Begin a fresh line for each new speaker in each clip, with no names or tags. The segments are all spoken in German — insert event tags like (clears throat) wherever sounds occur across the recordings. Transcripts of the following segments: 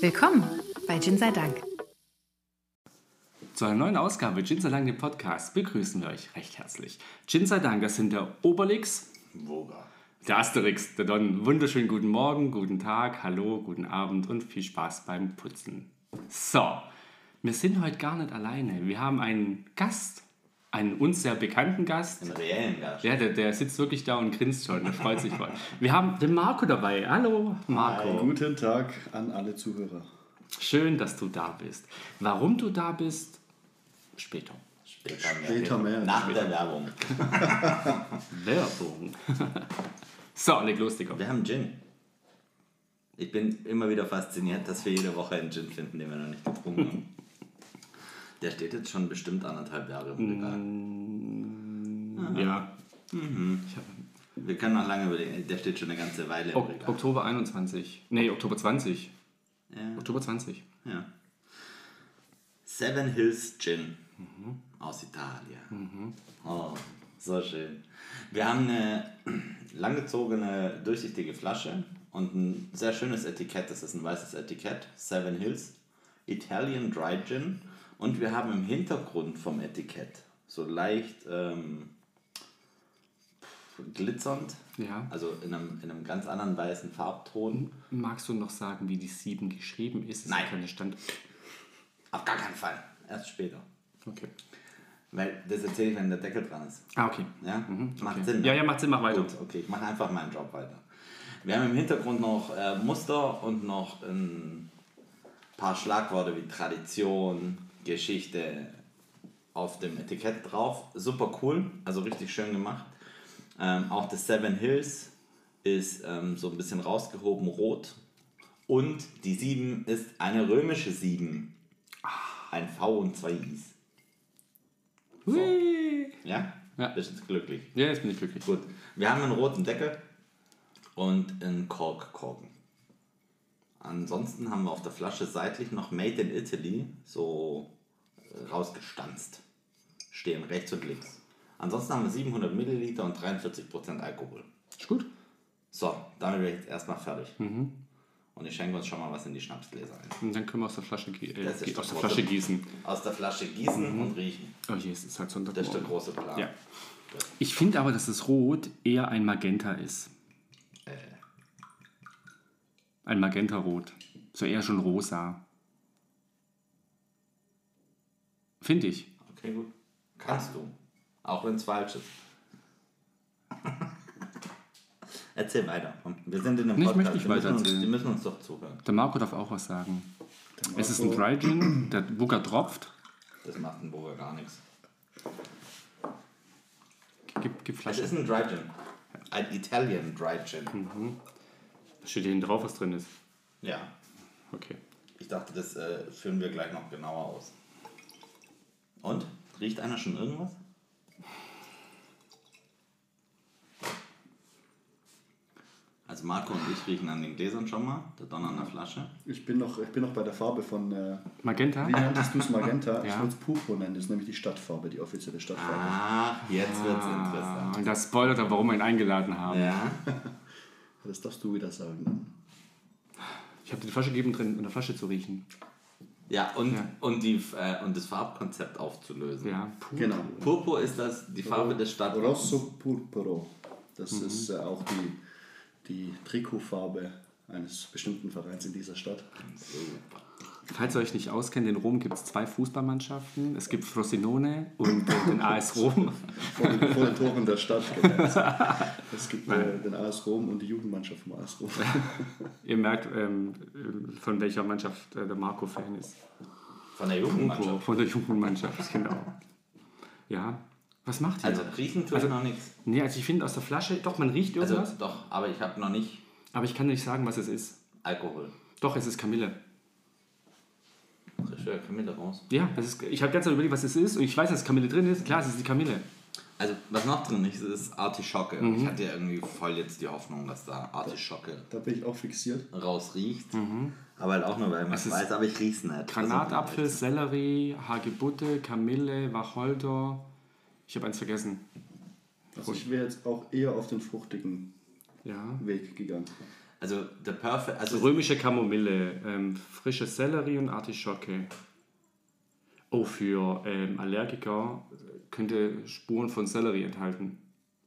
Willkommen bei Gin sei Dank.
Zu einer neuen Ausgabe Gin sei Dank, dem Podcast, begrüßen wir euch recht herzlich. Gin sei Dank, das sind der Obelix,
Woga.
der Asterix, der Don. Wunderschönen guten Morgen, guten Tag, hallo, guten Abend und viel Spaß beim Putzen. So, wir sind heute gar nicht alleine. Wir haben einen Gast, einen uns sehr bekannten Gast.
Im reellen Gast.
Ja, der, der sitzt wirklich da und grinst schon, der freut sich voll. Wir haben den Marco dabei. Hallo, Marco.
Guten Tag an alle Zuhörer.
Schön, dass du da bist. Warum du da bist, später.
Später mehr.
Später mehr.
Nach der Werbung.
Werbung. (laughs) so, leg los, Digga.
Wir haben Gin. Ich bin immer wieder fasziniert, dass wir jede Woche einen Gin finden, den wir noch nicht getrunken haben. Der steht jetzt schon bestimmt anderthalb Jahre im
Mhm.
Regal.
Ja.
Wir können noch lange überlegen. Der steht schon eine ganze Weile im
Ok
Regal.
Oktober 21. Nee, Oktober 20.
Ja.
Oktober 20.
Ja. Seven Hills Gin aus Italien. Oh, so schön. Wir haben eine (clears throat) langgezogene, durchsichtige Flasche und ein sehr schönes Etikett. Das ist ein weißes Etikett. Seven Hills Italian Dry Gin. Und wir haben im Hintergrund vom Etikett so leicht ähm, glitzernd,
Ja.
also in einem, in einem ganz anderen weißen Farbton.
Magst du noch sagen, wie die 7 geschrieben ist? Es ist
Nein.
keine Stand.
Auf gar keinen Fall. Erst später.
Okay.
Weil das erzähle ich, wenn der Deckel dran ist.
Ah, okay.
Ja? Macht
okay.
Sinn. ne?
Ja, ja, macht Sinn, mach weiter.
Gut, okay, ich mache einfach meinen Job weiter. Wir haben im Hintergrund noch äh, Muster und noch ein paar Schlagworte wie Tradition, Geschichte auf dem Etikett drauf. Super cool, also richtig schön gemacht. Ähm, auch das Seven Hills ist ähm, so ein bisschen rausgehoben rot. Und die 7 ist eine römische 7.
Ah.
Ein V und zwei Is.
Hui.
Ja?
Ja.
Bist jetzt glücklich.
Ja, jetzt bin ich glücklich.
Gut, wir haben einen roten Deckel und einen Korkkorken. Ansonsten haben wir auf der Flasche seitlich noch Made in Italy so äh, rausgestanzt. Stehen rechts und links. Ansonsten haben wir 700 Milliliter und 43% Alkohol.
Ist gut.
So, damit bin ich jetzt erstmal fertig.
Mhm.
Und ich schenke uns schon mal was in die Schnapsgläser ein.
Und dann können wir aus der Flasche, gie- äh,
Das ist
gie-
der
aus der
rote.
Flasche gießen.
Aus der Flasche gießen und riechen.
Oh je, es ist halt Sonntag.
Das ist der große Plan.
Ja. Ich finde aber, dass das Rot eher ein Magenta ist.
Äh,
Ein Magenta-Rot. So eher schon rosa. Finde ich.
okay, gut. Kannst du. Auch wenn es falsch ist. (laughs) Erzähl weiter. komm. Wir sind in einem
Nee, ich möchte nicht
Podcast. wir, müssen uns,
weitererzählen.
wir müssen uns doch zuhören.
Der Marco darf auch was sagen. Es ist ein
Marco-
Dry Gin, der Booker tropft.
Das macht ein Burger gar nichts.
Gib, gib
Es
Flasche.
ist ein Dry Gin. Ein Italian Dry Gin.
Hm. Also, Steht hier hinten drauf, was drin ist.
Ja.
Okay.
Ich dachte, das äh, führen wir gleich noch genauer aus. Und? Riecht einer schon irgendwas? Also Marco und ich riechen an den Gläsern schon mal, der Don an der Flasche.
Ich bin noch, ich bin noch bei der Farbe von. Äh,
Magenta?
wie nanntest du es
Ja.
Magenta? Ich würde es Purpur nennen. Das ist nämlich die Stadtfarbe, die offizielle Stadtfarbe.
Ah, jetzt wird's interessant.
Und das spoilert er, warum wir ihn eingeladen haben.
Ja.
Das darfst du wieder sagen.
Ich habe dir die Flasche gegeben, drin in der Flasche zu riechen.
Ja, und,
Ja.
Und, die, äh, und das Farbkonzept aufzulösen.
Ja, puh.
Genau.
Purpur ist das die Farbe des Stadtwappens.
Rosso Purpuro. Das ist äh, auch die, die Trikotfarbe eines bestimmten Vereins in dieser Stadt.
Super.
Falls ihr euch nicht auskennt, in Rom gibt es zwei Fußballmannschaften. Es gibt Frosinone und äh,
(laughs)
den AS Rom.
Vor den, vor den Toren der Stadt. genau. Es gibt äh, den AS Rom und die Jugendmannschaft vom AS Rom.
Ihr merkt, ähm, äh, von welcher Mannschaft äh, der Marco Fan ist.
Von der Jugendmannschaft.
Von der Jugendmannschaft, genau. Ja. Was macht ihr?
Also riechen tue ich noch nichts.
nee, also ich finde aus der Flasche, doch, man riecht
Also
irgendwas,
doch, aber ich habe noch nicht
aber ich kann nicht sagen, was es ist.
Alkohol.
Doch, es ist Kamille.
Frische Kamille raus.
Ja, das ist, ich habe ganz genau überlegt, was es ist und ich weiß, dass Kamille drin ist. Klar, es ist die Kamille.
Also was noch drin ist, ist Artischocke. Ich hatte ja irgendwie voll jetzt die Hoffnung, dass da Artischocke
Da bin ich auch fixiert.
rausriecht. Aber halt auch nur, weil man es
ist
weiß, aber ich riech's nicht. Also
Granatapfel, Sellerie, Hagebutte, Kamille, Wacholder. Ich habe eins vergessen.
Also ich wäre jetzt auch eher auf den fruchtigen
Ja.
Weg gegangen.
Also der Perfect, also
Römische Kamomille, ähm, frische Sellerie und Artischocke. Oh, für ähm, Allergiker äh, könnte Spuren von Sellerie enthalten.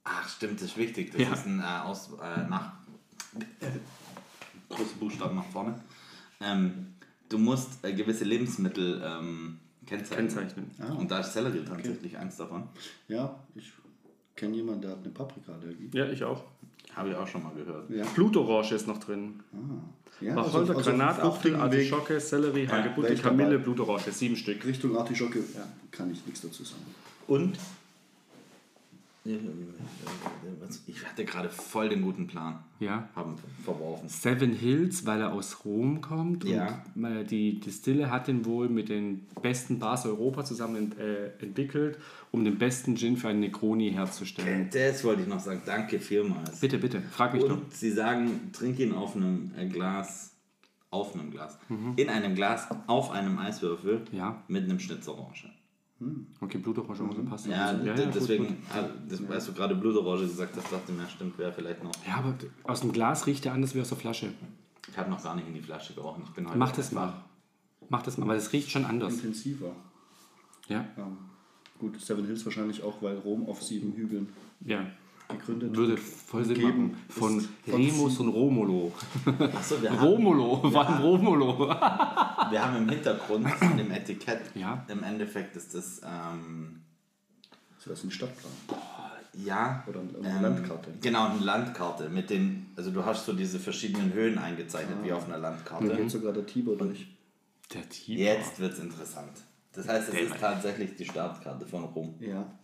Ach, stimmt, das ist wichtig. Das
Ja.
ist ein äh, Aus. Äh, nach. Große Buchstaben nach vorne. Ähm, du musst äh, gewisse Lebensmittel ähm, kennzeichnen.
Kennzeichnen.
Und da ist Sellerie tatsächlich eins davon.
Ja, ich kenne jemanden, der hat eine Paprikaallergie.
Ja, ich auch.
Habe ich auch schon mal gehört.
Ja.
Blutorange ist noch drin.
Ja, also,
Wacholder,
auf
Granatapfel,
fruchtigen Weg
Artischocke, Sellerie, Hagebutte,
gleich dabei.
Kamille, Blutorange. Sieben Stück.
Richtung Artischocke kann ich nichts dazu sagen.
Und? äh, Ich hatte gerade voll den guten Plan.
Ja.
Haben verworfen.
Seven Hills, weil er aus Rom kommt.
Ja.
Und äh, die Distille hat ihn wohl mit den besten Bars Europas zusammen ent, äh, entwickelt, um den besten Gin für einen Negroni herzustellen.
Das wollte ich noch sagen. Danke vielmals.
Bitte, bitte, frag mich doch.
Und sie sagen, trink ihn auf einem äh, Glas, auf einem Glas, in einem Glas, auf einem Eiswürfel
Mhm. Ja.
mit einem Schnitz Orange.
Okay, Blutorange auch so passt.
Mhm. Ja,
Also,
d-
gut,
deswegen,
gut.
ah, das, als du gerade Blutorange gesagt hast, dachte ich mir, stimmt, wäre vielleicht noch.
Ja, aber aus dem Glas riecht er anders wie aus der Flasche.
Ich habe noch gar nicht in die Flasche gerochen. Ich bin heute
Mach das mal. Mach das mal, weil es riecht schon anders.
Intensiver. Ähm,
Ja,
Gut, Seven Hills wahrscheinlich auch, weil Rom auf sieben Hügeln
ja.
gegründet
Würde voll Sinn
Geben
machen. Von
ist von
Remus und
(laughs)
Romulo.
Achso, wir, haben-
Romulo, wann Romulo?
wir haben
(laughs)
im Hintergrund an dem Etikett,
Ja.
im Endeffekt ist das, ähm,
Ist das ein Stadtplan?
ja.
Oder eine Landkarte.
Genau, eine Landkarte mit den, also du hast so diese verschiedenen Höhen eingezeichnet,
Ah.
wie auf einer
Da
Landkarte.
Mhm.
geht sogar der Tiber durch.
Der Tiber.
Jetzt wird's interessant. Das heißt, es ist tatsächlich die Startkarte von Rom.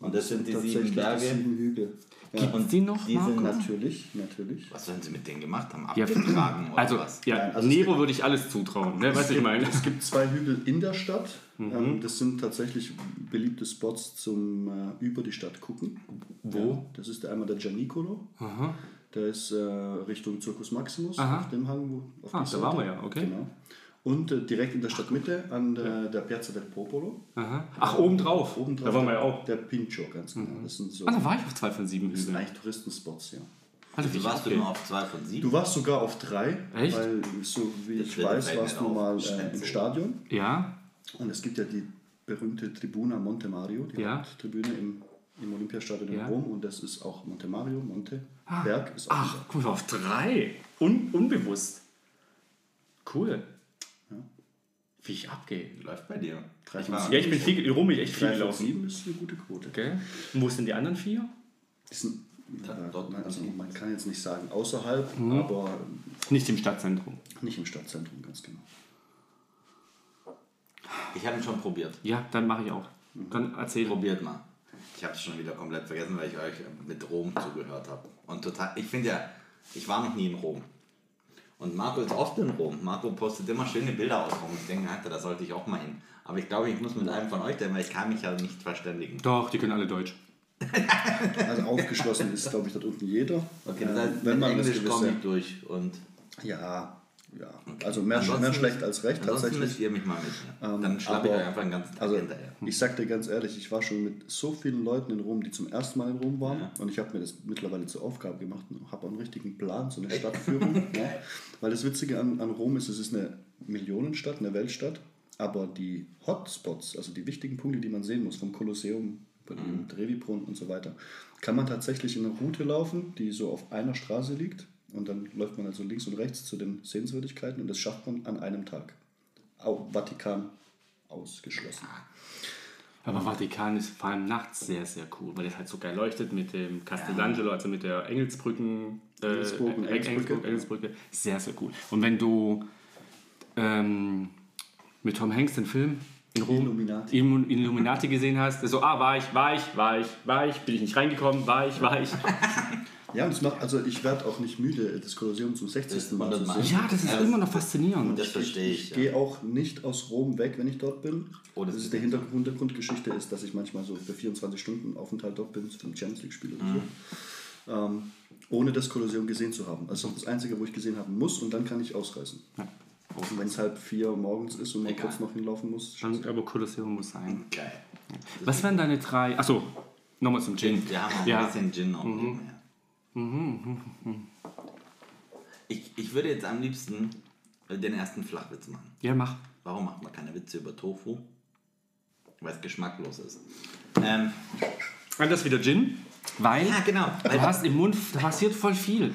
Und das sind die sieben
tatsächlich Die
Berge.
sieben Hügel. Ja,
Gibt's die noch,
die sind
Marco?
natürlich, natürlich.
Was sollen sie mit denen gemacht haben?
Ja,
Abgetragen oder
also,
was?
ja,
Nein, also es
Nero würde ich alles zutrauen, ne? Weißt du, ich meine?
(laughs)
Mhm.
Es gibt zwei Hügel in der Stadt. Ähm, das sind tatsächlich beliebte Spots zum äh, über die Stadt gucken. Wo? Ja, das ist einmal der Gianicolo. Der ist äh, Richtung Circus Maximus auf dem Hang. Wo, auf
Ah,
die
da
Seite.
waren wir ja, okay.
Genau. Und äh, direkt in der Stadtmitte an der, der Piazza del Popolo.
Aha. Ach, oben drauf.
Oben
Ah, Da
drauf
waren wir
der-
ja auch.
Der Pincho, ganz genau. Das sind so
Ah, da war ich auf zwei von sieben
das sind
Hügeln.
eigentlich Touristenspots, ja.
Also,
Du
ich-
warst
okay.
nur auf zwei von sieben.
Du warst sogar auf drei,
Echt?
weil so wie
Das
ich
würde
weiß,
vielleicht
warst
nicht
du mal
aufstellen,
äh, im
so.
Stadion.
Ja,
Und es gibt ja die berühmte Tribuna Monte Mario, die
Ja.
Haupttribüne im, im Olympiastadion
Ja.
in Rom. Und das ist auch Monte Mario, Monte
Ah.
Berg ist auch
Ach, guck mal, auf drei. Un unbewusst. Cool. Wie ich abgehe.
Läuft bei dir.
Drei
Ich
von
war,
Ja, ich bin viel, in Rom bin ich echt viel
drei von
gelaufen.
sieben ist eine gute Quote.
Okay. Und wo sind die anderen vier?
Die sind, ja,
dort- Mhm.
also man kann jetzt nicht sagen außerhalb, aber ähm,
Nicht im Stadtzentrum.
nicht im Stadtzentrum, ganz genau.
ich habe ihn schon probiert.
Ja, dann mache ich auch. Dann erzähl.
Probiert mal. Ich habe es schon wieder komplett vergessen, weil ich euch äh, mit Rom zugehört habe. Und total, ich finde ja, ich war noch nie in Rom. Und Marco ist oft in Rom. Marco postet immer schöne Bilder aus Rom. Ich denke, Alter, da sollte ich auch mal hin. Aber ich glaube, ich muss mit einem von euch, denn weil ich kann mich ja nicht verständigen.
Doch, die können alle Deutsch.
(laughs)
Also aufgeschlossen ist, glaube ich, dort unten jeder.
Okay, das
Äh,
heißt, mit
wenn man das
Englisch komme
gewisse,
ich durch und
Ja, ja. Also mehr,
Ansonsten-
mehr schlecht als recht
Ansonsten
tatsächlich. Ähm,
müsst ihr mich mal mit. Ja. Dann schlappe ich
aber-
euch einfach den ganzen Tag
Also,
hinterher.
ich sag dir ganz ehrlich, ich war schon mit so vielen Leuten in Rom, die zum ersten Mal in Rom waren. Und ich habe mir das mittlerweile zur Aufgabe gemacht und habe auch einen richtigen Plan, so eine
(laughs)
Stadtführung. ja. Weil das Witzige an, an Rom ist, es ist eine Millionenstadt, eine Weltstadt. Aber die Hotspots, also die wichtigen Punkte, die man sehen muss, vom Kolosseum, über den
Mhm.
Trevi-Brunnen und so weiter, kann man tatsächlich in einer Route laufen, die so auf einer Straße liegt. Und dann läuft man also links und rechts zu den Sehenswürdigkeiten und das schafft man an einem Tag. Au, Vatikan ausgeschlossen.
Aber Vatikan ist vor allem nachts sehr, sehr cool, weil es halt so geil leuchtet mit dem Castellangelo, also mit der Engelsbrücken, äh,
Engelsburg und
Eng-
Engelsbrücke.
Engelsburg, Engelsbrücke. Sehr, sehr cool. Und wenn du ähm, mit Tom Hanks den Film in Rom
Illuminati.
Illu- Illuminati gesehen hast, der so, ah, war ich, war ich, war ich, war ich, bin ich nicht reingekommen, war ich, war ich.
Ja, und es macht, also ich werde auch nicht müde, das Kolosseum zum 60. Mal zu
hundertmal.
sehen.
Ja, das ist
Ja, das-
immer noch faszinierend.
Das verstehe ich.
Ich gehe auch nicht aus Rom weg, wenn ich dort bin.
Oh, das
das
ist
ist der Hintergrund der Grundgeschichte ist, dass ich manchmal so für 24 Stunden Aufenthalt dort bin, zum Champions League-Spiel oder
Mhm.
so. Ähm, ohne das Kolosseum gesehen zu haben. Also das ist das Einzige, wo ich gesehen haben muss und dann kann ich ausreißen. Und wenn es halb vier morgens ist und man
Egal.
kurz noch hinlaufen muss,
Dann- Aber Kolosseum muss sein.
ja. Geil.
Was wären deine drei, achso, nochmal zum Gin.
Wir haben auch
Ja. Mhm.
ein bisschen Gin noch. Mhm. Ich, ich würde jetzt am liebsten den ersten Flachwitz machen.
Ja, mach.
Warum macht man keine Witze über Tofu? Weil es geschmacklos ist. Ähm,
Anders wieder Gin, weil
ja, genau. Weil,
du hast im Mund, da passiert voll viel.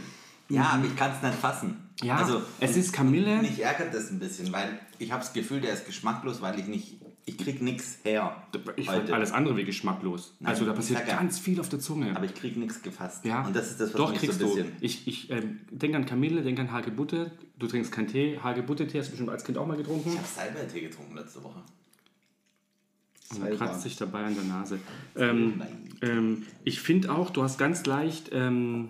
ja, aber ich kann es nicht fassen.
Ja,
also,
es ist Kamille.
mich ärgert das ein bisschen, weil ich habe das Gefühl, der ist geschmacklos, weil ich nicht, ich krieg nichts her
Ich fand alles andere wie geschmacklos. also da
ich
passiert
sag ja.
ganz viel auf der Zunge.
Aber ich krieg nichts gefasst.
ja,
Und das ist das, was
Doch,
mich
kriegst
so ein
du.
bisschen...
Ich, ich ähm, denke an Kamille, denke an Hagebutte. Du trinkst keinen Tee. Hagebutte-Tee hast du bestimmt als Kind auch mal getrunken.
Ich habe Salbeitee getrunken letzte Woche.
Und dann kratzt
Salbei.
sich dabei an der Nase. Ähm, ähm, ich finde auch, du hast ganz leicht ähm,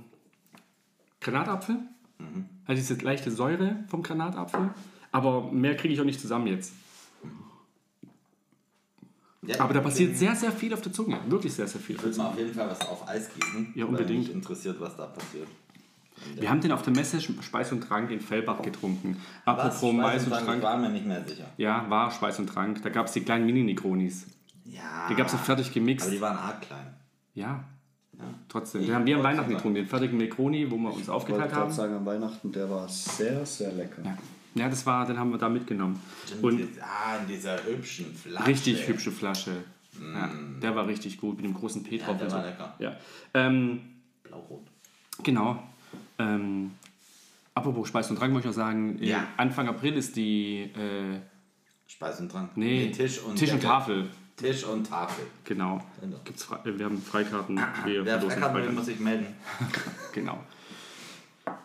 Granatapfel.
Mhm.
Also diese leichte Säure vom Granatapfel. Aber mehr kriege ich auch nicht zusammen jetzt.
Ja,
Aber da
Mhm.
passiert sehr, sehr viel auf der Zunge. Wirklich sehr, sehr viel.
Ich würde mal auf jeden Fall was auf Eis gießen.
Ja,
Weil
unbedingt.
mich interessiert, was da passiert.
Wir haben den auf der Messe Sch- Speis und Trank in Fellbach getrunken. Apropos Speis und
Ich
Trank.
war mir nicht mehr sicher.
Ja, war Speis und Trank. Da gab es die kleinen Mini-Nikronis.
Ja.
Die gab es fertig gemixt.
Ah. Aber die waren arg klein.
Ja,
Ja.
trotzdem.
Ich
Wir haben wir am
wollte
Weihnachten
sagen.
getrunken, den fertigen Negroni, wo wir uns
Ich wollte
aufgeteilt
gerade
haben.
sagen, an Weihnachten, der war sehr, sehr lecker.
Ja. ja, das war, den haben wir da mitgenommen.
Und
Und
jetzt, ah, in dieser hübschen Flasche.
richtig hübsche Flasche. Ja, der war richtig gut mit dem großen P drauf.
Mm. der
und so.
war lecker.
Ja. Ähm,
Blaurot.
genau. Ähm, apropos Speis und Trank, möchte ich noch sagen, äh,
Ja.
Anfang April ist die äh,
Speis und Trank.
nee,
Tisch und
Tisch und
Decke.
Tafel.
Tisch und Tafel.
Genau.
Genau. Ah,
Gibt's Fre äh, wir haben Freikarten. Wir
Wer
verlosen
Freikarten will,
Freikarten.
muss sich melden.
Genau.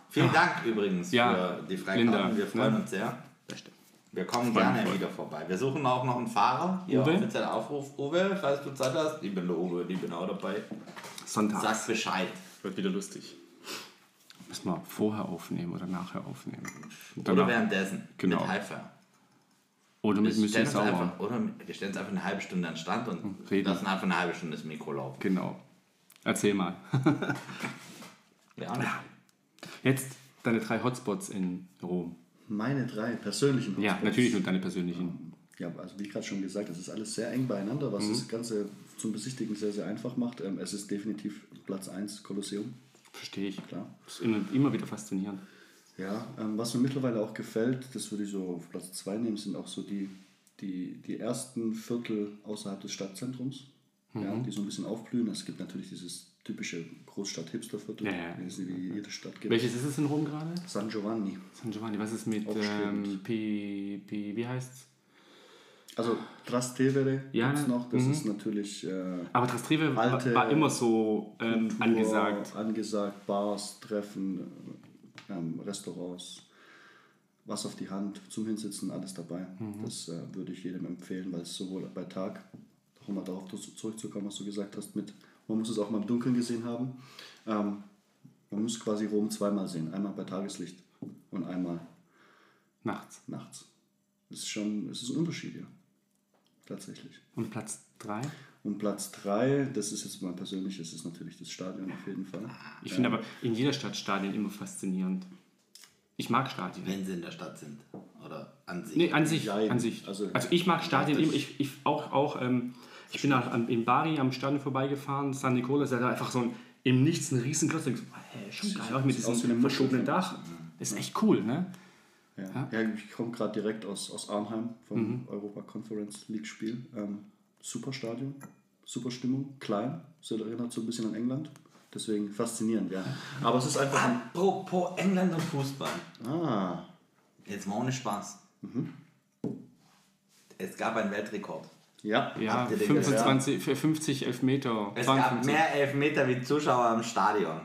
Vielen Dank übrigens
Ja,
für die Freikarten.
Linda,
Wir freuen
ne?
uns sehr.
Das stimmt.
Wir kommen
Freuen
gerne
mich voll.
wieder vorbei. Wir suchen auch noch einen Fahrer. Hier
Uwe?
offizieller Aufruf. Uwe, falls du Zeit hast, ich bin der Uwe, ich bin auch dabei.
Sonntag.
Sag Bescheid.
Wird wieder lustig. Müssen wir vorher aufnehmen oder nachher aufnehmen?
Oder währenddessen.
Genau.
Mit Haifa.
Oder
Wir
mit Müsli
stellen uns
sauer.
einfach, oder wir stellen uns einfach eine halbe Stunde an den Stand und
Reden.
lassen einfach eine halbe Stunde das Mikro laufen.
Genau. Erzähl mal.
Ja,
Jetzt deine drei Hotspots in Rom.
Meine drei persönlichen
Ja,
Hotspots.
natürlich nur deine persönlichen.
Ja, also wie gerade schon gesagt, es ist alles sehr eng beieinander,
Mhm.
was das Ganze zum Besichtigen sehr, sehr einfach macht. Ähm, Es ist definitiv Platz 1 Kolosseum,
Verstehe ich.
klar.
Das ist immer, immer wieder faszinierend.
Ja, ähm, was mir mittlerweile auch gefällt, das würde ich so auf Platz 2 nehmen, sind auch so die, die, die ersten Viertel außerhalb des Stadtzentrums,
Mhm.
ja, die so ein bisschen aufblühen. Es gibt natürlich dieses typische Großstadt-Hipster-Viertel,
Ja, ja.
wie es wie jede Stadt gibt.
Welches ist es in Rom gerade?
San Giovanni.
San Giovanni. Was ist mit
Aufstrebend.
ähm, P, P. Wie heißt's?
Also Trastevere
Ja,
gibt's
ne?
noch, das ist natürlich äh,
Aber Trastevere war,
Alte
war immer so ähm,
Tour,
angesagt.
angesagt, Bars, Treffen, ähm, Restaurants, was auf die Hand, zum Hinsitzen, alles dabei. Das äh, würde ich jedem empfehlen, weil es sowohl bei Tag, noch mal darauf zu- zurückzukommen, was du gesagt hast, mit, man muss es auch mal im Dunkeln gesehen haben. Ähm, man muss quasi Rom zweimal sehen, einmal bei Tageslicht und einmal
Nachts.
nachts. Das ist schon, es ist ein Unterschied, ja. Tatsächlich.
Und Platz 3?
Und Platz 3, das ist jetzt mein persönliches, ist natürlich das Stadion auf jeden Fall.
Ich finde aber in jeder Stadt Stadien immer faszinierend. Ich mag Stadien.
wenn sie in der Stadt sind. Oder an sich.
Nee, an sich.
Jein.
An sich. Also,
Also-
ich mag Stadien.
Ja, das-
immer. Ich, ich auch, auch ähm, ich bin auch am, in Bari am Stadion vorbeigefahren, San Nicolas, da war einfach so ein, im Nichts ein riesen Klotz. Ich denk so, ah, hä, schon geil, auch mit
sieht aus wie
diesem
eine
verschobenen
Muschel.
Dach. Ist echt cool, ne?
Ja. Mhm. ja, ich komme gerade direkt aus, aus Arnheim vom Europa Conference League Spiel. Ähm, super Stadion, super Stimmung, klein, so erinnert so ein bisschen an England. Deswegen faszinierend, ja. Aber es ist einfach ein.
Apropos England und Fußball.
Ah,
Jetzt mal ohne Spaß.
Mhm.
Es gab einen Weltrekord.
ja.
Ja,
Habt ihr den
25, 50 Elfmeter.
Es gab
52.
mehr Elfmeter wie Zuschauer im Stadion.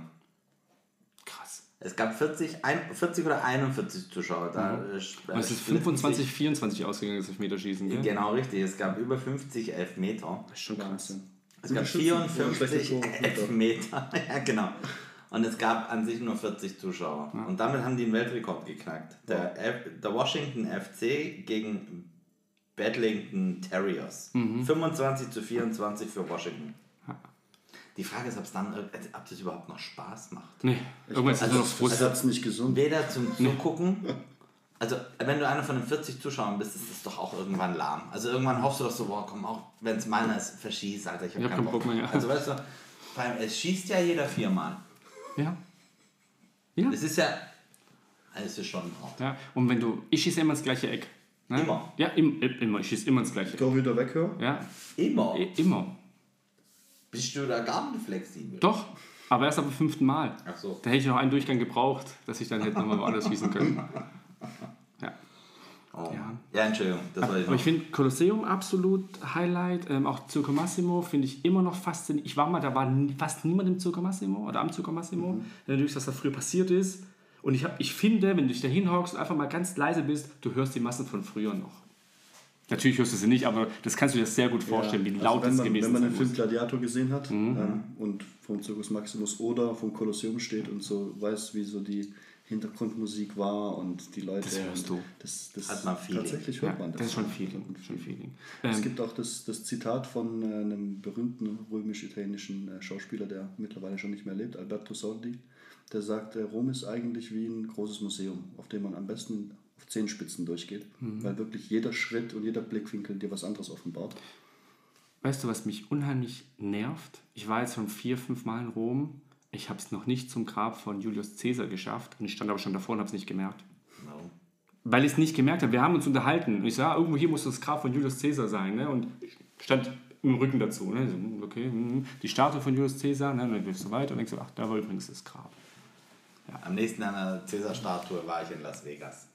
Krass.
Es gab 40, ein, 40 oder 41 Zuschauer. Da äh,
Aber Mhm. Also es ist
splitten
25,
sich-
24 ausgegangen, das Elfmeterschießen. Gell?
Genau richtig, es gab über 50 Elfmeter.
Das ist schon krass.
Wahnsinn. Also
Es gab
Gute Schützen, ohne
54 (laughs)
schlechte Tore.
Elfmeter. (laughs) ja, genau. Und es gab an sich nur 40 Zuschauer. Und damit haben die einen Weltrekord geknackt. Der, F der Washington FC gegen Bedlington Terriers.
Mhm.
25 zu 24 für Washington. Die Frage ist, ob es dann, irg- also, ob das überhaupt noch Spaß macht.
Nee, irgendwann ist es
also-
nur noch
Das
Frust.
hat es nicht gesund.
Weder zum Zugucken, also wenn du einer von den 40 Zuschauern bist, ist das doch auch irgendwann lahm. Also irgendwann hoffst du doch so, boah, komm, auch wenn es meiner ist, verschieß, Alter, ich hab
Ja,
keinen
komm,
Bock.
guck mal, ja.
Also weißt du, vor allem, es schießt ja jeder viermal.
Ja. Ja.
Es ist ja, Es ist schon hart.
Ja, und wenn du, ich schieße immer ins gleiche Eck. Ne?
Immer.
Ja, im, im- immer. Ich schieße immer ins gleiche Eck.
Doch wieder weghören.
Ja,
Immer.
i- immer.
Bist du da gar nicht flexibel?
Doch, aber erst ab dem fünften Mal.
Ach so.
Da hätte ich noch einen Durchgang gebraucht, dass ich dann hätte nochmal woanders schießen können. Ja.
Oh.
Ja.
Ja. Entschuldigung, das war ich
Aber ich
noch.
finde Kolosseum absolut Highlight. Ähm, auch Circo Massimo finde ich immer noch faszinierend. Ich war mal, da war nie- fast niemand im Circo Massimo oder am Circo Massimo.
Mhm.
Natürlich, dass das früher passiert ist. Und ich, hab, ich finde, wenn du dich da hinhockst und einfach mal ganz leise bist, du hörst die Massen von früher noch. Natürlich hörst du sie nicht, aber das kannst du dir sehr gut vorstellen, wie
Also
laut
wenn
es
man,
gewesen Mhm.
Wenn man den
ist.
Film Gladiator gesehen hat ähm, und vom Circus Maximus oder vom Kolosseum steht und so weiß, wie so die Hintergrundmusik war und die Leute.
Das hörst
und
du.
Das, das
Hat man Feeling.
Tatsächlich
Ja,
hört man das.
das ist schon Feeling. Schon Feeling. Ähm,
Es gibt auch das, das Zitat von äh, einem berühmten römisch-italienischen äh, Schauspieler, der mittlerweile schon nicht mehr lebt, Alberto Sordi. Der sagt, äh, Rom ist eigentlich wie ein großes Museum, auf dem man am besten auf Zehenspitzen durchgeht,
Mhm.
weil wirklich jeder Schritt und jeder Blickwinkel dir was anderes offenbart.
Weißt du, was mich unheimlich nervt? Ich war jetzt schon vier, fünf Mal in Rom. Ich habe es noch nicht zum Grab von Julius Caesar geschafft. Und ich stand aber schon davor und habe es nicht gemerkt.
Genau.
Weil ich es nicht gemerkt habe. Wir haben uns unterhalten. Und ich sah, irgendwo hier muss das Grab von Julius Caesar sein. Ne? Und ich stand im Rücken dazu. Ne? So, hm, okay, hm, die Statue von Julius Caesar. Ne? Und dann wirfst du weiter und denkst, so, ach, da war übrigens das Grab.
Am nächsten an der Cäsar-Statue war ich in Las Vegas.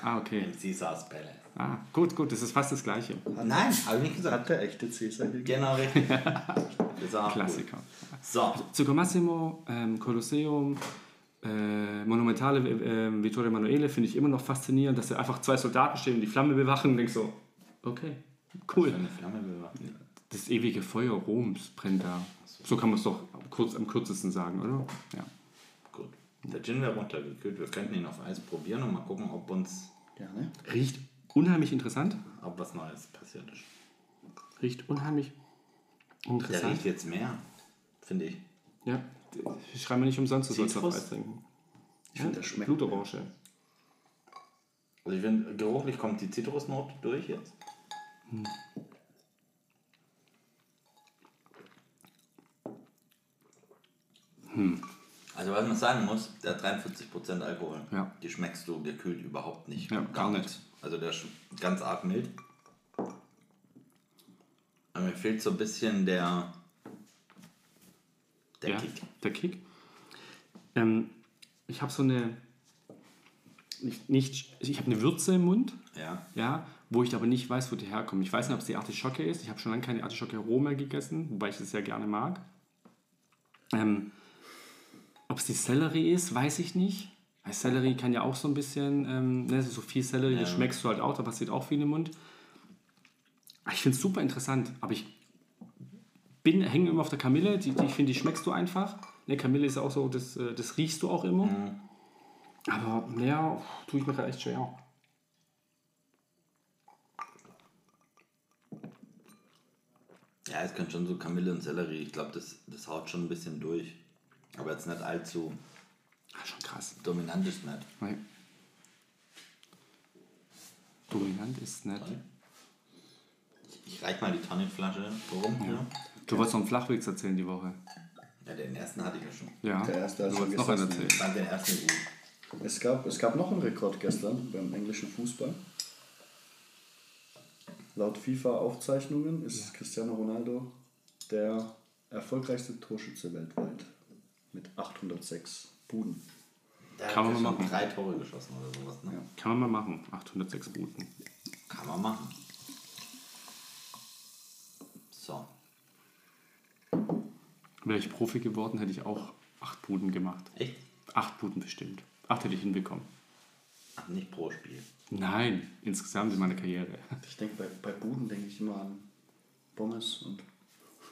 Ah, okay.
Im Caesars Palace.
Ah, gut, gut. Das ist fast das Gleiche.
Nein, habe ich nicht gesagt.
Hat der echte Cäsar hier
Genau richtig. Das war auch
Klassiker.
Gut. So,
Circo Massimo, ähm, Kolosseum, äh, Monumentale äh, Vittorio Emanuele finde ich immer noch faszinierend, dass da einfach zwei Soldaten stehen und die Flamme bewachen und denkst so, okay, cool.
eine Flamme bewaffnet.
Das ewige Feuer Roms brennt da. So kann man es doch kurz, am kürzesten sagen, oder? Ja.
Gut. Der Gin wäre runtergekühlt. Wir könnten ihn auf Eis probieren und mal gucken, ob uns
Gerne.
Riecht unheimlich interessant.
ob was Neues passiert ist.
Riecht unheimlich
Der
interessant.
riecht jetzt mehr, finde ich.
Ja. Ich schreibe mir nicht umsonst, du sollst auf
Zitrus?
Eis trinken.
Ich finde, der schmeckt.
Blutorange.
Also ich finde, geruchlich kommt die Zitrusnote durch jetzt. Also was man sagen muss, der hat 43% Alkohol.
Ja.
Die schmeckst du gekühlt überhaupt nicht.
Ja, gar nicht.
Also der ist ganz arg mild. Aber mir fehlt so ein bisschen der, der
ja,
Kick.
Der Kick. Ähm, ich habe so eine. Nicht, nicht, ich habe eine Würze im Mund,
Ja.
ja, wo ich aber nicht weiß, wo die herkommt. Ich weiß nicht, ob es die Artischocke ist. Ich habe schon lange keine Artischocke roh mehr gegessen, wobei ich das sehr gerne mag. Ähm, ob es die Sellerie ist, weiß ich nicht. Weil Sellerie kann ja auch so ein bisschen, ähm, ne, so viel Sellerie, das schmeckst du halt auch, da passiert auch viel im Mund. Ich finde es super interessant, aber ich bin, hänge immer auf der Kamille. Die, die, ich finde, die schmeckst du einfach. Ne, Kamille ist auch so, das, äh, das riechst du auch immer. Aber mehr tue ich mir gerade echt schwer.
Ja, es kann schon so Kamille und Sellerie. Ich glaube, das, das haut schon ein bisschen durch. Aber jetzt nicht allzu
Ah, schon krass.
dominant ist nicht.
Nein. Dominant ist nett.
Ich reich mal die Tonic-Flasche rum hier.
Du wolltest noch einen Flachwitz erzählen die Woche.
Ja, den ersten hatte ich ja schon.
Ja.
Der erste hat
du
schon
wolltest noch einen
gesessen.
erzählen.
Ich fand den ersten gut.
Es gab, es gab noch einen Rekord gestern beim englischen Fußball. Laut FIFA-Aufzeichnungen ist Cristiano Ronaldo der erfolgreichste Torschütze weltweit mit 806 Buden.
Der
Kann man
hat ja
mal
schon
machen.
drei Tore geschossen oder sowas. Ne?
Kann man mal machen. 806 Minuten.
Kann man machen. So.
Wäre ich Profi geworden, hätte ich auch 8 Buden gemacht.
Echt?
8 Buden bestimmt. 8 hätte ich hinbekommen.
Ach, nicht pro Spiel.
Nein, insgesamt in meiner Karriere.
Ich denke, bei, bei Buden denke ich immer an Pommes und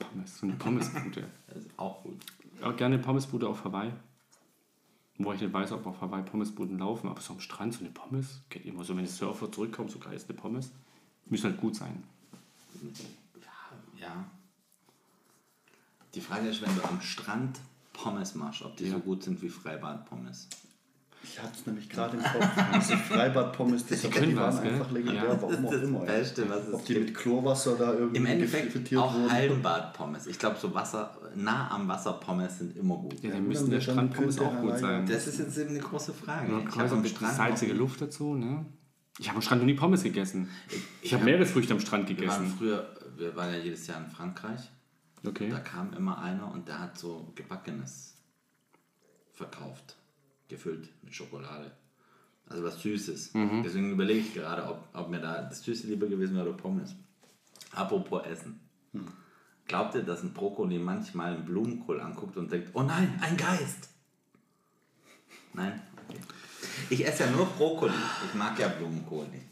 Pommes, so eine Pommesbude.
Das ist auch gut.
Auch gerne eine Pommesbude auf Hawaii. Wo ich nicht weiß, ob auf Hawaii Pommesbuden laufen, aber so am Strand so eine Pommes geht immer so, wenn die Surfer zurückkommen, so geil ist eine Pommes. Müssen halt gut sein.
Ja. Die Frage ist, wenn du am Strand Pommes machst, ob die so gut sind wie Freibad-Pommes.
Ich hatte es nämlich gerade im Kopf. Diese Freibad-Pommes, (laughs) die,
können
die waren
was, gell?
einfach legendär,
Ja.
warum auch
Das ist das
immer. ey.
Beste, was es
Ob die
gibt.
mit Chlorwasser da irgendwie
Im Endeffekt
gefrittiert
auch
wurden.
Hallenbad-Pommes. Ich glaube, so Wasser, nah am Wasser-Pommes sind immer gut.
Ja, dann
Ja,
müssen
dann-
der
dann
Strandpommes
könnt ihr
auch gut sein.
alleine-
Das ist jetzt eben eine große Frage. Ich
Nordkreuz
habe
und
am
ein bisschen
Strand
salzige
noch-
Luft dazu, ne? Ich habe am Strand noch nie Pommes gegessen. Ich habe Meeresfrüchte am Strand
Wir waren
gegessen.
früher, wir waren ja jedes Jahr in Frankreich.
Okay.
Da kam immer einer und der hat so Gebackenes verkauft. Gefüllt mit Schokolade. Also was Süßes.
Mhm.
Deswegen überlege ich gerade, ob, ob mir da das Süße lieber gewesen wäre oder Pommes. Apropos Essen.
Hm.
Glaubt ihr, dass ein Brokkoli manchmal einen Blumenkohl anguckt und denkt, oh nein, ein Geist? Nein? Okay. Ich esse ja nur Brokkoli. Ich mag ja Blumenkohl nicht.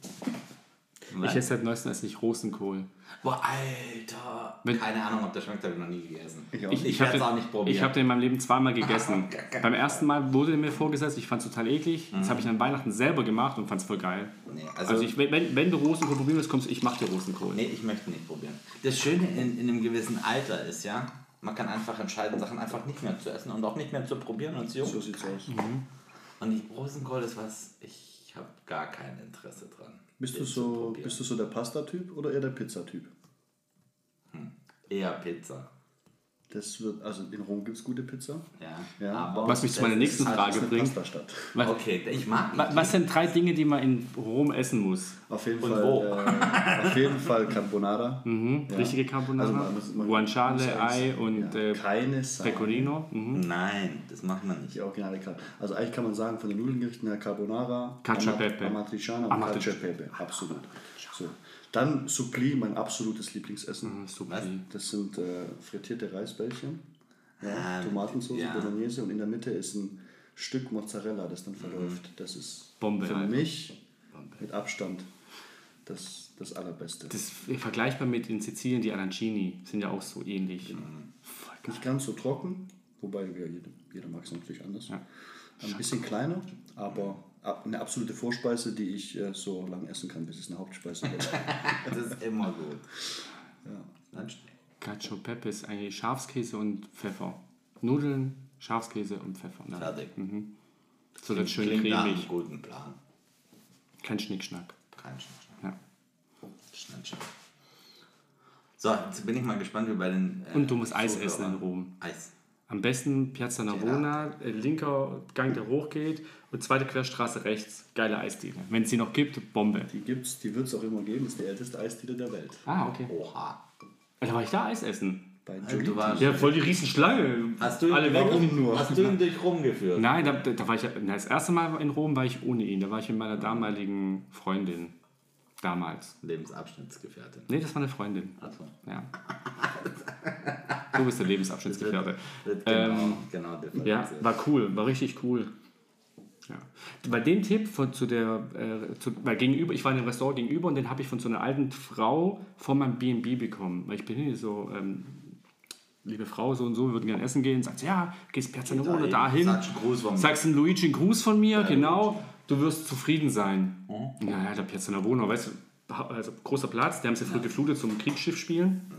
Ich esse seit neuestem nicht Rosenkohl.
Boah, Alter.
Wenn-
Keine Ahnung, ob der schmeckt, habe ich noch nie gegessen.
Ich auch
ich,
nicht.
ich
hab
werde es
den-
auch nicht probieren.
Ich habe den in meinem Leben zweimal gegessen. Beim ersten Mal wurde er mir vorgesetzt, ich fand es total eklig. Das habe ich an Weihnachten selber gemacht und fand es voll geil.
Nee, also-
also ich, wenn, wenn du Rosenkohl probieren willst, kommst du, ich mache dir Rosenkohl.
Nee, ich möchte nicht probieren. Das Schöne in, in einem gewissen Alter ist ja, man kann einfach entscheiden, Sachen einfach nicht mehr zu essen und auch nicht mehr zu probieren und zu
So
jucken.
sieht's aus.
Und die Rosenkohl ist was, ich habe gar kein Interesse dran.
Bist du,
den zu
so,
probieren.
bist du so der Pasta-Typ oder eher der Pizza-Typ?
Eher Pizza.
Das wird, also in Rom gibt es gute Pizza.
Ja.
Ja.
Aber
Was mich zu meiner
das
nächsten
ist halt-
Frage
Das ist eine
bringt.
Pasta-Stadt.
Was,
Okay, ich mag
wa- was sind drei Dinge, die man in Rom essen muss?
Auf jeden
Und
Fall.
wo?
Äh, auf jeden Fall Carbonara.
Hm?
Ja.
Richtige
Also
Carbonara,
man muss- man- muss
Guanciale,
eins-
Ei und
Ja,
äh,
keine Sahne.
Pecorino. Mhm.
Nein, das macht man nicht.
Die originale Car Also eigentlich kann man sagen, von den Nudelgerichten her Carbonara,
Cacio e Pepe.
Amatriciana und
Amatrici-
Cacio e Pepe. Absolut. So. Dann Suppli, mein absolutes
Mhm.
Lieblingsessen.
Was?
Supi.
Das sind äh, frittierte Reisbällchen, ja,
Ah,
Tomatensauce,
ja.
Bolognese und in der Mitte ist ein Stück Mozzarella, das
Mhm.
dann verläuft. Das ist
Bombe,
für
halt,
Alter.
ne?
mich mit Abstand das, das Allerbeste.
Das ist vergleichbar mit in Sizilien, die Arancini sind ja auch so ähnlich.
Mhm.
Voll geil.
Nicht ganz so trocken, wobei wir, jeder, jeder mag es natürlich anders. Ein bisschen kleiner, aber ab- eine absolute Vorspeise, die ich äh, so lange essen kann, bis es eine Hauptspeise
(laughs)
wird.
Das ist immer gut. Dann schnell.
Cacio e Pepe ist eigentlich Schafskäse und Pfeffer. Nudeln, Schafskäse und Pfeffer. Ne?
Fertig.
So dann schön
Klingt nach einem
cremig.
guten Plan.
Kein Schnickschnack.
Kein Schnitt.
Ja.
Schnell, schnell. So, jetzt bin ich mal gespannt, wie bei den. äh,
Und du musst Eis
Zuhörern.
essen in Rom.
Eis.
Am besten Piazza
Genau.
Navona, äh, linker Gang, der hochgeht und zweite Querstraße rechts. Geile Eisdiele. Wenn es sie noch gibt, Bombe.
Die gibt's, die wird es auch immer geben, ist die älteste Eisdiele der Welt.
Ah, okay.
Oh. Oha.
Da war ich da Eis essen.
Bei
Also, du
Giolitti.
warst,
Ja, voll die Riesenschlange.
hast du ihn
Alle
direkt-
weg.
warum nur?
Hast du ihn durch Rom geführt?
Nein, da, da war ich, na, das erste Mal in Rom war ich ohne ihn. Da war ich mit meiner damaligen Freundin. Damals.
Lebensabschnittsgefährtin.
Nee, das war eine Freundin.
Also,
Ja. Du bist der Lebensabschnittsgefährte.
wird
Ähm,
genau, genau
Ja,
differenziert.
war cool, war richtig cool. Ja. Bei dem Tipp von zu der, äh, zu, weil gegenüber, ich war in einem Restaurant gegenüber und den habe ich von so einer alten Frau von meinem B&B bekommen. Weil ich bin hier so, ähm, liebe Frau, so und so, wir würden gerne essen gehen. Sagt sie, ja, gehst Piazzanone
Da
dahin.
Sagst einen Gruß von mir. Äh,
Sagst einen Luigi einen Gruß von mir, genau. Du wirst zufrieden sein.
Hm?
Naja, der Piazza Navona, weißt du, ha- also großer Platz, die haben sie früh geflutet zum Kriegsschiff spielen.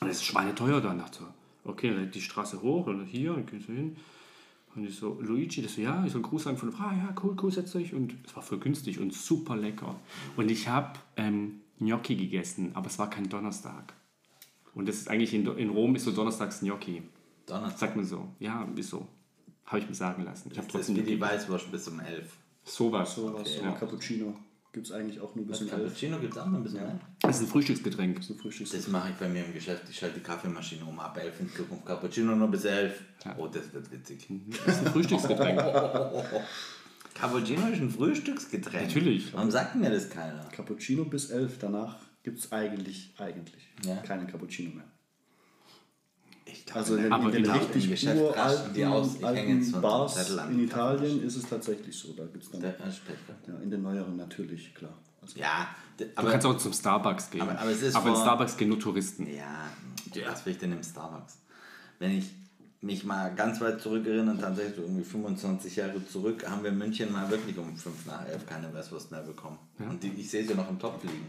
Und es ist schweineteuer da. Und dachte so, okay, dann die Straße hoch und hier, und gehst du hin. Und ich so, Luigi, das so, ja, ich so einen Gruß sagen von der Frau, ah, ja, cool, cool, setz dich. Und es war voll günstig und super lecker. Und ich habe ähm, Gnocchi gegessen, aber es war kein Donnerstag. Und das ist eigentlich in, in Rom ist so Donnerstags Gnocchi.
Donnerstag.
Sagt man so. Ja, ist so. Habe ich mir sagen lassen. Ich habe
Das ist
trotzdem
wie die Weißwurst bis um 11.
sowas.
So was, so ein
ja.
Cappuccino gibt es eigentlich auch nur bis um elf.
Cappuccino gibt es auch noch ein bisschen mehr.
Das ist ein Frühstücksgetränk.
zum Frühstück.
Das mache ich bei mir im Geschäft. Ich schalte die Kaffeemaschine um. Ab 11 in Zukunft Cappuccino nur bis 11. Oh, das wird witzig.
Das ist ein Frühstücksgetränk.
(laughs) Cappuccino ist ein Frühstücksgetränk.
Natürlich.
Warum sagt mir das keiner?
Cappuccino bis elf, danach gibt es eigentlich, eigentlich
Ja.
keinen Cappuccino mehr.
Ich glaub,
Also in,
Aber
in den
in-
genau, im
richtig
Geschäft rasten
uralten
die aus. Ich hänge jetzt so
alten
einen
Bars
Zettel an
in
die Kaffeemaschine.
Italien ist es tatsächlich so. Da gibt's dann,
Der äh, Specker.
ja, in den neueren natürlich, klar. Also
Ja, d-
Du kannst
aber,
auch zum Starbucks gehen.
Aber- aber es ist
in
vor-
Starbucks gehen nur Touristen.
ja, was will ich denn im Starbucks? Wenn ich mich mal ganz weit zurückerinnere, tatsächlich so irgendwie 25 Jahre zurück, haben wir in München mal wirklich um 5 nach 11 keine Weißwurst mehr bekommen. Und die, ich sehe sie noch im Topf liegen.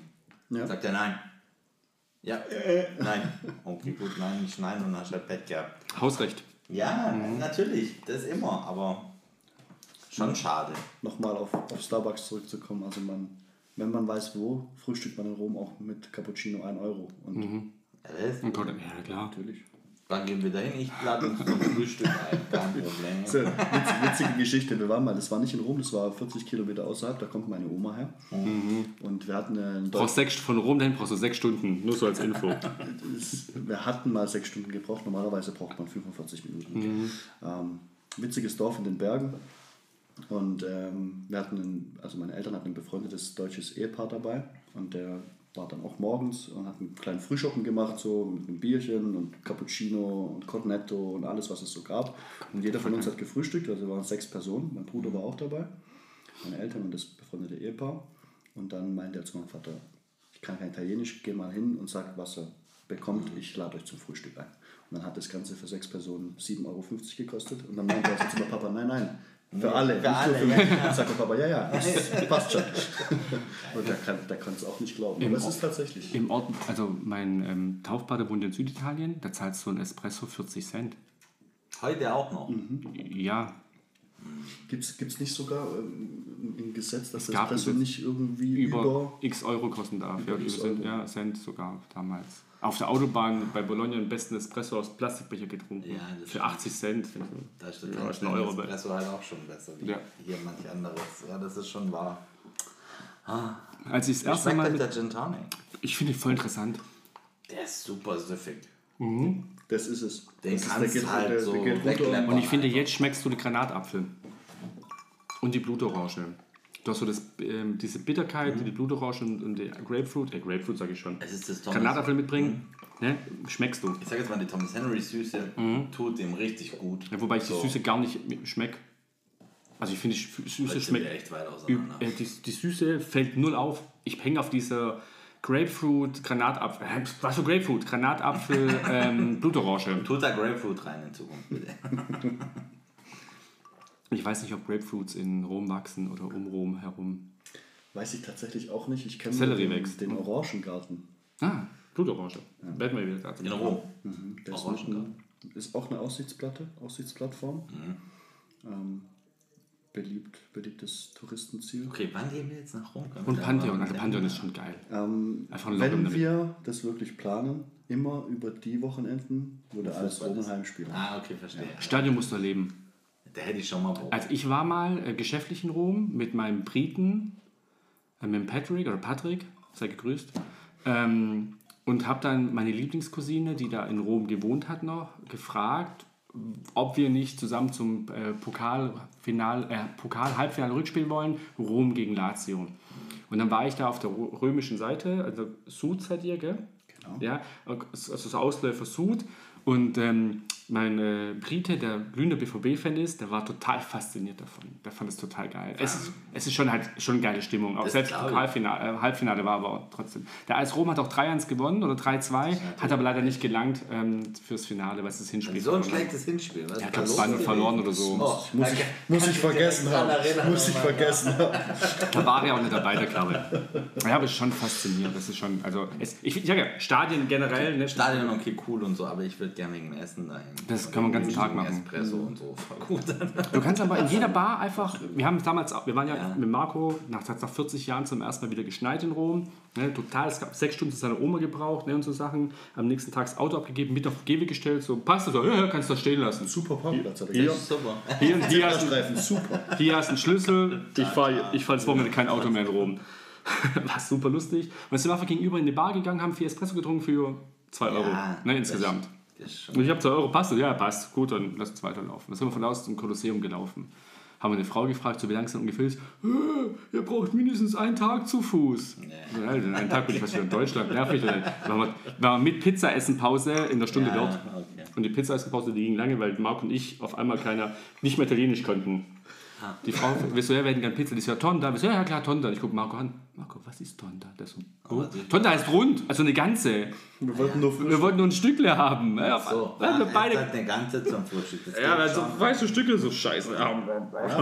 Ja. Äh.
Sagt er nein. Ja, nein. Okay, gut, nein, nicht nein und hast halt Pech gehabt.
Hausrecht.
Ja, natürlich, das immer, aber Schon schade.
nochmal auf, auf Starbucks zurückzukommen. Also man, wenn man weiß wo, frühstückt man in Rom auch mit Cappuccino 1 Euro. Und
Mhm. Alles?
Oh Gott, ja klar.
natürlich.
Dann gehen wir dahin, ich lade uns zum Frühstück ein. Kein Problem.
So, witz, (laughs) witzige Geschichte, wir waren mal, das war nicht in Rom, das war 40 Kilometer außerhalb, da kommt meine Oma her.
Mhm.
Und wir hatten einen
Du
Deutsch,
brauchst sechs, von Rom dahin brauchst du sechs Stunden, nur so als
(laughs)
Info.
wir hatten mal sechs Stunden gebraucht, normalerweise braucht man 45 Minuten. Ähm, witziges Dorf in den Bergen. Und ähm, wir hatten, einen, also meine Eltern hatten ein befreundetes deutsches Ehepaar dabei und der war dann auch morgens und hat einen kleinen Frühschoppen gemacht, so mit einem Bierchen und Cappuccino und Cornetto und alles, was es so gab. Und jeder von uns hat gefrühstückt, also waren sechs Personen, mein Bruder war auch dabei, meine Eltern und das befreundete Ehepaar. Und dann meinte er zu meinem Vater, ich kann kein Italienisch, geh mal hin und sag, was er bekommt,
Mhm.
ich lade euch zum Frühstück ein. Und dann hat das Ganze für sechs Personen 7,50 Euro gekostet. Und dann meinte er zu meinem Papa, nein, nein, für alle,
für
nicht nur für
alle,
mich.
ja, genau.
Dann sagt der Papa,
(laughs)
ja, ja, das passt schon. Und der kann, der kann es auch nicht glauben. Aber es ist tatsächlich.
Im Ort, also mein ähm, Taufpate wohnt in Süditalien, da zahlst du ein Espresso 40 Cent.
Heute auch noch.
Mhm. Ja,
Gibt es nicht sogar ähm, ein Gesetz, dass das
gab ein
Espresso
Gesetz.
nicht irgendwie über,
über, x Euro kosten darf. ja, über
X
Cent,
Euro.
ja, Cent sogar damals. Auf der Autobahn bei Bologna den besten Espresso aus Plastikbecher getrunken.
Ja, das
Für
stimmt.
80 Cent.
Da ist der
Ja, ist ein
Tankstellen-
Euro bei-
Espresso halt auch schon besser wie
Ja.
hier manch anderes. Ja, das ist schon wahr.
Als ich das erste
Schmeckt
Mal.
euch der
Mit,
Gin Tonic?
ich finde ihn voll interessant.
Der ist super süffig.
Das ist es.
Den
das ist,
kannst
geht,
halt
der,
so
der geht runter.
wegleppen.
Und ich finde, jetzt schmeckst du den Granatapfel. Und die Blutorange. Du hast so das, ähm, diese Bitterkeit, die die Blutorange und, und die Grapefruit, äh, Grapefruit sage ich schon.
Mhm. Es ist das Mhm. Thomas-
Granatapfel mitbringen, ne? schmeckst du.
Ich sag jetzt mal, die Thomas Henry Süße tut dem richtig gut.
Mhm. Ja, wobei ich
So,
die Süße gar nicht schmeck. Also ich finde, die Sü- Süße
jetzt sind wir
schmeckt
echt weit auseinander.
Üb- äh, die, die Süße fällt null auf. Ich hänge auf dieser Grapefruit, Granatapfel, äh, was für Grapefruit,
(laughs)
Granatapfel, ähm, Blutorange.
Tut da Grapefruit rein in Zukunft, bitte.
Ich weiß nicht, ob Grapefruits in Rom wachsen oder um Rom herum.
Weiß ich tatsächlich auch nicht. Ich kenne nur
Sellerie
den,
wächst.
den
Hm.
Orangengarten.
Ah, Blutorange. Werden wir wieder dazu.
In Rom.
Mhm.
Der ist,
Orangengarten.
mitten- ist auch eine Aussichtsplatte, Aussichtsplattform.
Mhm.
Ähm, beliebt, beliebtes Touristenziel.
Okay, wann gehen wir jetzt nach Rom? Können wir
Und
da
Pantheon,
mal-
also Pantheon ist schon geil. Einfach ein Lockdown
Ähm, Wenn
damit.
wir das wirklich planen, immer über die Wochenenden, wo der alles
Fußball
Roman
ist.
heimspielt.
Ah, okay, verstehe.
Stadion musst du erleben.
Da hätte ich schon mal Bock.
Also ich war mal äh, geschäftlich in Rom mit meinem Briten, äh, mit dem Patrick oder Patrick, sei gegrüßt, ähm, und habe dann meine Lieblingscousine, die da in Rom gewohnt hat noch, gefragt, ob wir nicht zusammen zum äh, Pokalfinal, äh, Pokal-Halbfinale rückspielen wollen, Rom gegen Lazio. Und dann war ich da auf der ro- römischen Seite, also Sud seid ihr, gell? Genau. Ja, also so Ausläufer Sud. Und ähm, mein äh, Brite, der glühender BVB-Fan ist, der war total fasziniert davon. Der fand es total geil. Es ist, es ist schon halt schon geile Stimmung. Auch
Das
selbst
glaub ich.
Pokalfinale, äh, Halbfinale war aber trotzdem. Der AS Rom hat auch 3-1 gewonnen oder 3-2, hat aber leider nicht gelangt ähm, fürs Finale, weil es das Hinspiel
so ein
gewonnen hat.
schlechtes Hinspiel. Was
Ja,
ist
ich glaube,
da los
2-0 verloren oder so.
Oh,
Muss ich,
danke.
muss ich
Kann
vergessen
mich direkt
haben.
dran erinnern, oh
Muss ich
nochmal.
vergessen haben.
Da war er auch nicht dabei, der Knabe. Ja, aber es ist schon faszinierend. Das ist schon, also, es, ich, ich sag ja, Stadien generell, ne,
Stadion okay, cool und so, aber ich würde gerne wegen dem Essen dahin.
Das kann man den ganzen Tag
Wegen
machen. Mhm.
Espresso und so. Voll gut. (laughs)
Du kannst aber in jeder Bar einfach, wir haben damals, auch- wir waren ja, mit Marco nach, nach 40 Jahren zum ersten Mal wieder geschneit in Rom. Ne, total, es gab sechs Stunden zu seiner Oma gebraucht ne, und so Sachen. Am nächsten Tag das Auto abgegeben, mit auf Gewe gestellt, so passt das, so, ja, ja, kannst das stehen lassen.
Super Parkplatz hat er
Ja.
gesagt.
Super.
Hier, und hier, hast,
Streifen, super.
hier hast du einen Schlüssel, ich fahre ich fahr das Wochenende kein Auto mehr in (laughs) Rom. War super lustig. Und sind wir einfach gegenüber in eine Bar gegangen, haben vier Espresso getrunken für 2 Euro. ne, insgesamt.
Ah, Das ist schon
Und ich habe 2 Euro, passt das? Ja, passt. Gut, dann lass uns weiterlaufen. Dann sind wir von da aus zum Kolosseum gelaufen. Haben wir eine Frau gefragt, so wie lang es denn ungefähr ist. "Äh, Ihr braucht mindestens einen Tag zu Fuß. Ja, dann einen Tag bin ich was wieder in Deutschland. Nervig. Dann waren wir, waren wir mit Pizza essen Pause in der Stunde dort.
Ah, okay.
Und die Pizza essen Pause, die ging lange, weil Marc und ich auf einmal keiner nicht mehr Italienisch konnten.
Ah.
Die Frau, wirst du ja, wir hätten gerne Pizza, die ist ja Tonda. Wir so, ja, ja, klar, Tonda. Ich gucke Marco an. Marco, was ist Tonda? Der so, oh, Tonda heißt rund, also eine ganze.
Wir wollten nur
Wir wollten nur ein Stückle haben. Ja,
so.
wir haben wir
Ah,
beide
jetzt hat eine ganze zum Frühstück. Das
ja,
geht
also
schon.
weißt du, Stücke so scheiße.
Ja,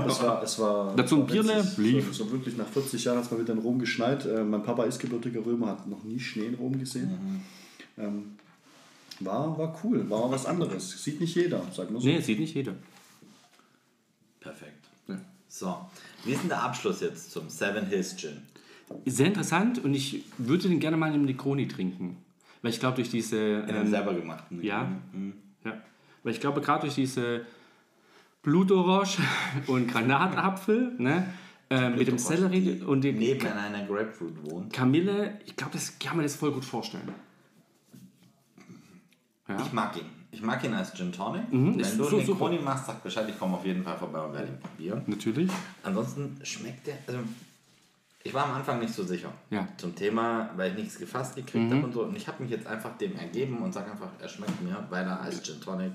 es war, es war,
Dazu ein
war witzig.
Bierle, lief.
So, so wirklich nach 40 Jahren hat es mal wieder in Rom geschneit. Äh, mein Papa ist gebürtiger Römer, hat noch nie Schnee in Rom gesehen.
Mhm.
Ähm, war, war cool, war mal was anderes. Sieht nicht jeder, sag nur so.
Nee, sieht nicht jeder.
Perfekt. So, wie ist denn der Abschluss jetzt zum Seven Hills Gin?
Sehr interessant und ich würde den gerne mal im Negroni trinken. Weil ich glaube, durch diese.
In
ähm,
dem selber gemachten.
Ja.
Mhm.
ja. Weil ich glaube, gerade durch diese Blutorange (laughs) und Granatapfel, ne, äh, mit dem Sellerie und dem
Neben an einer Grapefruit wohnt.
Kamille, ich glaube, das kann man das voll gut vorstellen. Ja.
Ich mag ihn. Ich mag ihn als Gin Tonic.
Mhm, ist
Wenn du
so
einen
super.
Negroni machst, sag Bescheid, ich komme auf jeden Fall vorbei und werde ihn probieren.
Natürlich.
Ansonsten schmeckt der. Also, ich war am Anfang nicht so sicher
Ja. Mhm.
zum Thema, weil ich nichts gefasst gekriegt habe und so. Und ich habe mich jetzt einfach dem ergeben und sage einfach, er schmeckt mir, weil er als Gin Tonic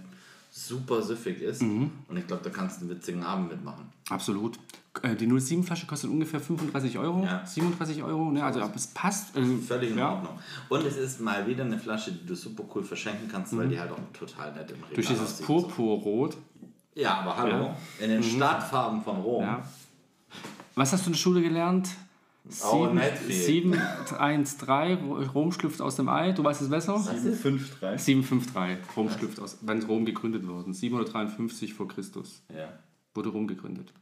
super süffig ist.
Mhm.
Und ich glaube, da kannst du einen witzigen Abend mitmachen.
Absolut. Äh, Die 07-Flasche kostet ungefähr 35 Euro,
Ja.
37 Euro, ne? also aber es passt. Also,
Völlig in
ja.
Ordnung. Und es ist mal wieder eine Flasche, die du super cool verschenken kannst, weil die halt auch total nett im Regal
Mhm. Durch dieses
aussieht.
Purpurrot.
Ja, aber hallo. In den Stadtfarben von Rom.
Ja. Was hast du in der Schule gelernt?
Oh,
Sieben-
nicht viel.
713, wo- Rom schlüpft aus dem Ei, du weißt es besser?
753.
753, Rom schlüpft aus, wann ist Rom gegründet worden? 753 vor Christus
Ja.
wurde Rom gegründet.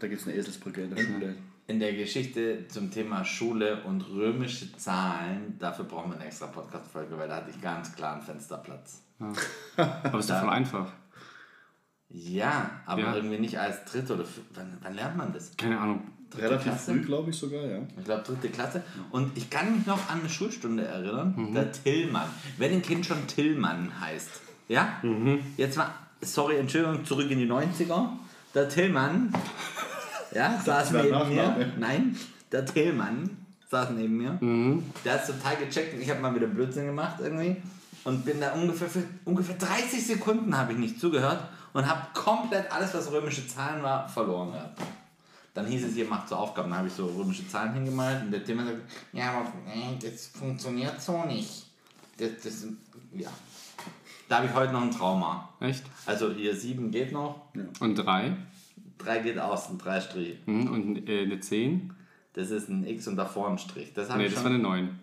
Da gibt es eine Eselsbrücke in der Schule.
In der Geschichte zum Thema Schule und römische Zahlen, dafür brauchen wir eine extra Podcast-Folge, weil da hatte ich ganz klar einen Fensterplatz. Ah,
Aber es ist doch voll einfach.
Ja, aber
Ja.
irgendwie nicht als dritte oder fün- wann, wann lernt man das?
Keine Ahnung.
Relativ
Klasse?
früh, glaube ich sogar, ja.
Ich glaube, dritte Klasse. Und ich kann mich noch an eine Schulstunde erinnern, der Tillmann. Wenn ein Kind schon Tillmann heißt, ja? Jetzt mal, sorry, Entschuldigung, zurück in die 90er. Der Tillmann, ja, saß
war
neben
Nachname.
mir. Nein, der Tillmann saß neben mir. Der hat total gecheckt und ich habe mal wieder Blödsinn gemacht irgendwie. Und bin da ungefähr, für, ungefähr 30 Sekunden habe ich nicht zugehört und habe komplett alles, was römische Zahlen war, verloren gehabt. Dann hieß es, ihr macht so Aufgaben. Dann habe ich so römische Zahlen hingemalt und der Thema sagt, ja, aber nee, das funktioniert so nicht. Das, das, ja. Da habe ich heute noch ein Trauma.
Echt?
Also hier 7 geht noch,
Und 3
3 geht aus, ein 3 Strich.
und äh, eine 10.
Das ist ein X und davor ein Strich. Das habe
Nee,
ich
das war
schon.
eine 9.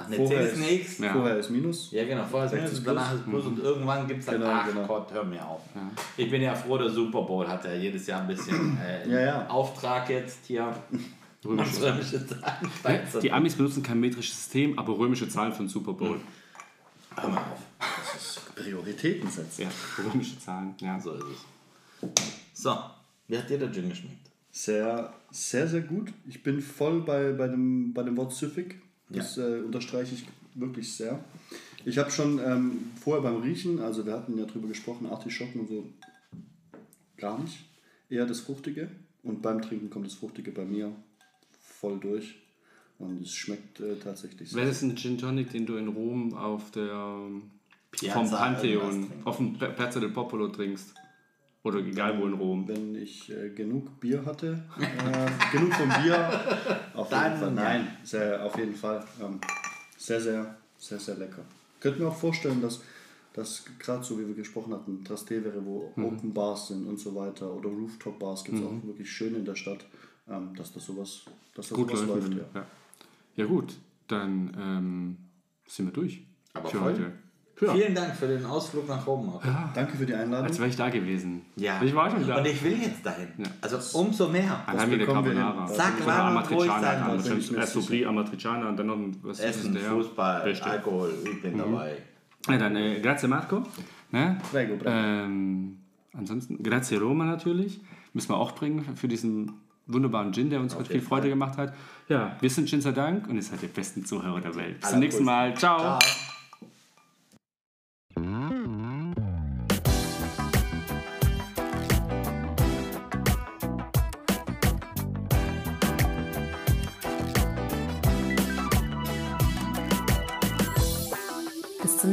Ach, eine 10
Vorher
ist ein
ist-
X.
Ja.
Vorher ist Minus.
Ja, genau, vorher ist
Rechts
Minus,
ist
danach ist Plus und irgendwann gibt es dann,
Genau,
ach
genau.
Gott, hör mir auf. Ich bin ja froh, der Super Bowl hat ja jedes Jahr ein bisschen äh,
Ja, ja.
Auftrag jetzt hier.
Römische.
Römische Zahlen.
Die Amis benutzen kein metrisches System, aber römische Zahlen von Super
Hm.
Bowl.
Hör mal auf.
Prioritäten setzen.
Ja, römische Zahlen. Ja.
So ist es. So, wie hat dir der Gin geschmeckt?
Sehr, sehr, sehr gut. Ich bin voll bei, bei, dem, bei dem Wort Süffig. Das äh, unterstreiche ich wirklich sehr. Ich habe schon ähm, vorher beim Riechen, also wir hatten ja drüber gesprochen, Artischocken und so, gar nicht. Eher das Fruchtige. Und beim Trinken kommt das Fruchtige bei mir voll durch. Und es schmeckt äh, tatsächlich sehr.
Wer ist ein Gin Tonic, den du in Rom auf der ähm,
Piazza
vom
irgendwas
Pantheon,
trinken.
auf dem P- Piazza del Popolo trinkst? Oder egal wo in Rom.
Wenn ich äh, genug Bier hatte, äh, (laughs) genug vom Bier, auf
Dann
jeden Fall.
ja.
Nein, sehr, auf jeden Fall. Ähm, sehr, sehr, sehr, sehr lecker. Könnte mir auch vorstellen, dass das gerade so, wie wir gesprochen hatten, Trastevere, wo
Mhm.
Open Bars sind und so weiter oder Rooftop Bars gibt es auch wirklich schön in der Stadt, ähm, dass das sowas, dass das
Gut
sowas
läuft.
läuft.
Ja.
Ja.
Ja. ja gut, dann ähm, sind wir durch.
Aber
für
voll.
heute. Ja.
Vielen Dank für den Ausflug nach Rom. Marco.
Danke für die Einladung.
Ah. Als wäre ich da gewesen. Ich war schon da.
Und ich will jetzt dahin. Also umso mehr.
Allein mit der
bekommen wir hin?
Carbonara.
Sag,
So eine
wann und wo ich
Amatriciana,
sein
muss.
Amatriciana, Erst Supli, Amatriciana und dann noch ein was ist
Essen,
das der?
Fußball,
Richtig. Mhm.
Alkohol, ich bin dabei.
Ja, dann äh, grazie Marco. Ne?
Prego, prego.
Ähm, ansonsten grazie Roma natürlich. Müssen wir auch bringen für diesen wunderbaren Gin, der uns heute viel
jeden
Freude gemacht hat. Ja, wir sind Gin sei Dank und ihr seid die besten Zuhörer der Welt. Bis zum
Aller
nächsten Mal. Ciao.
Ciao.
Bis zum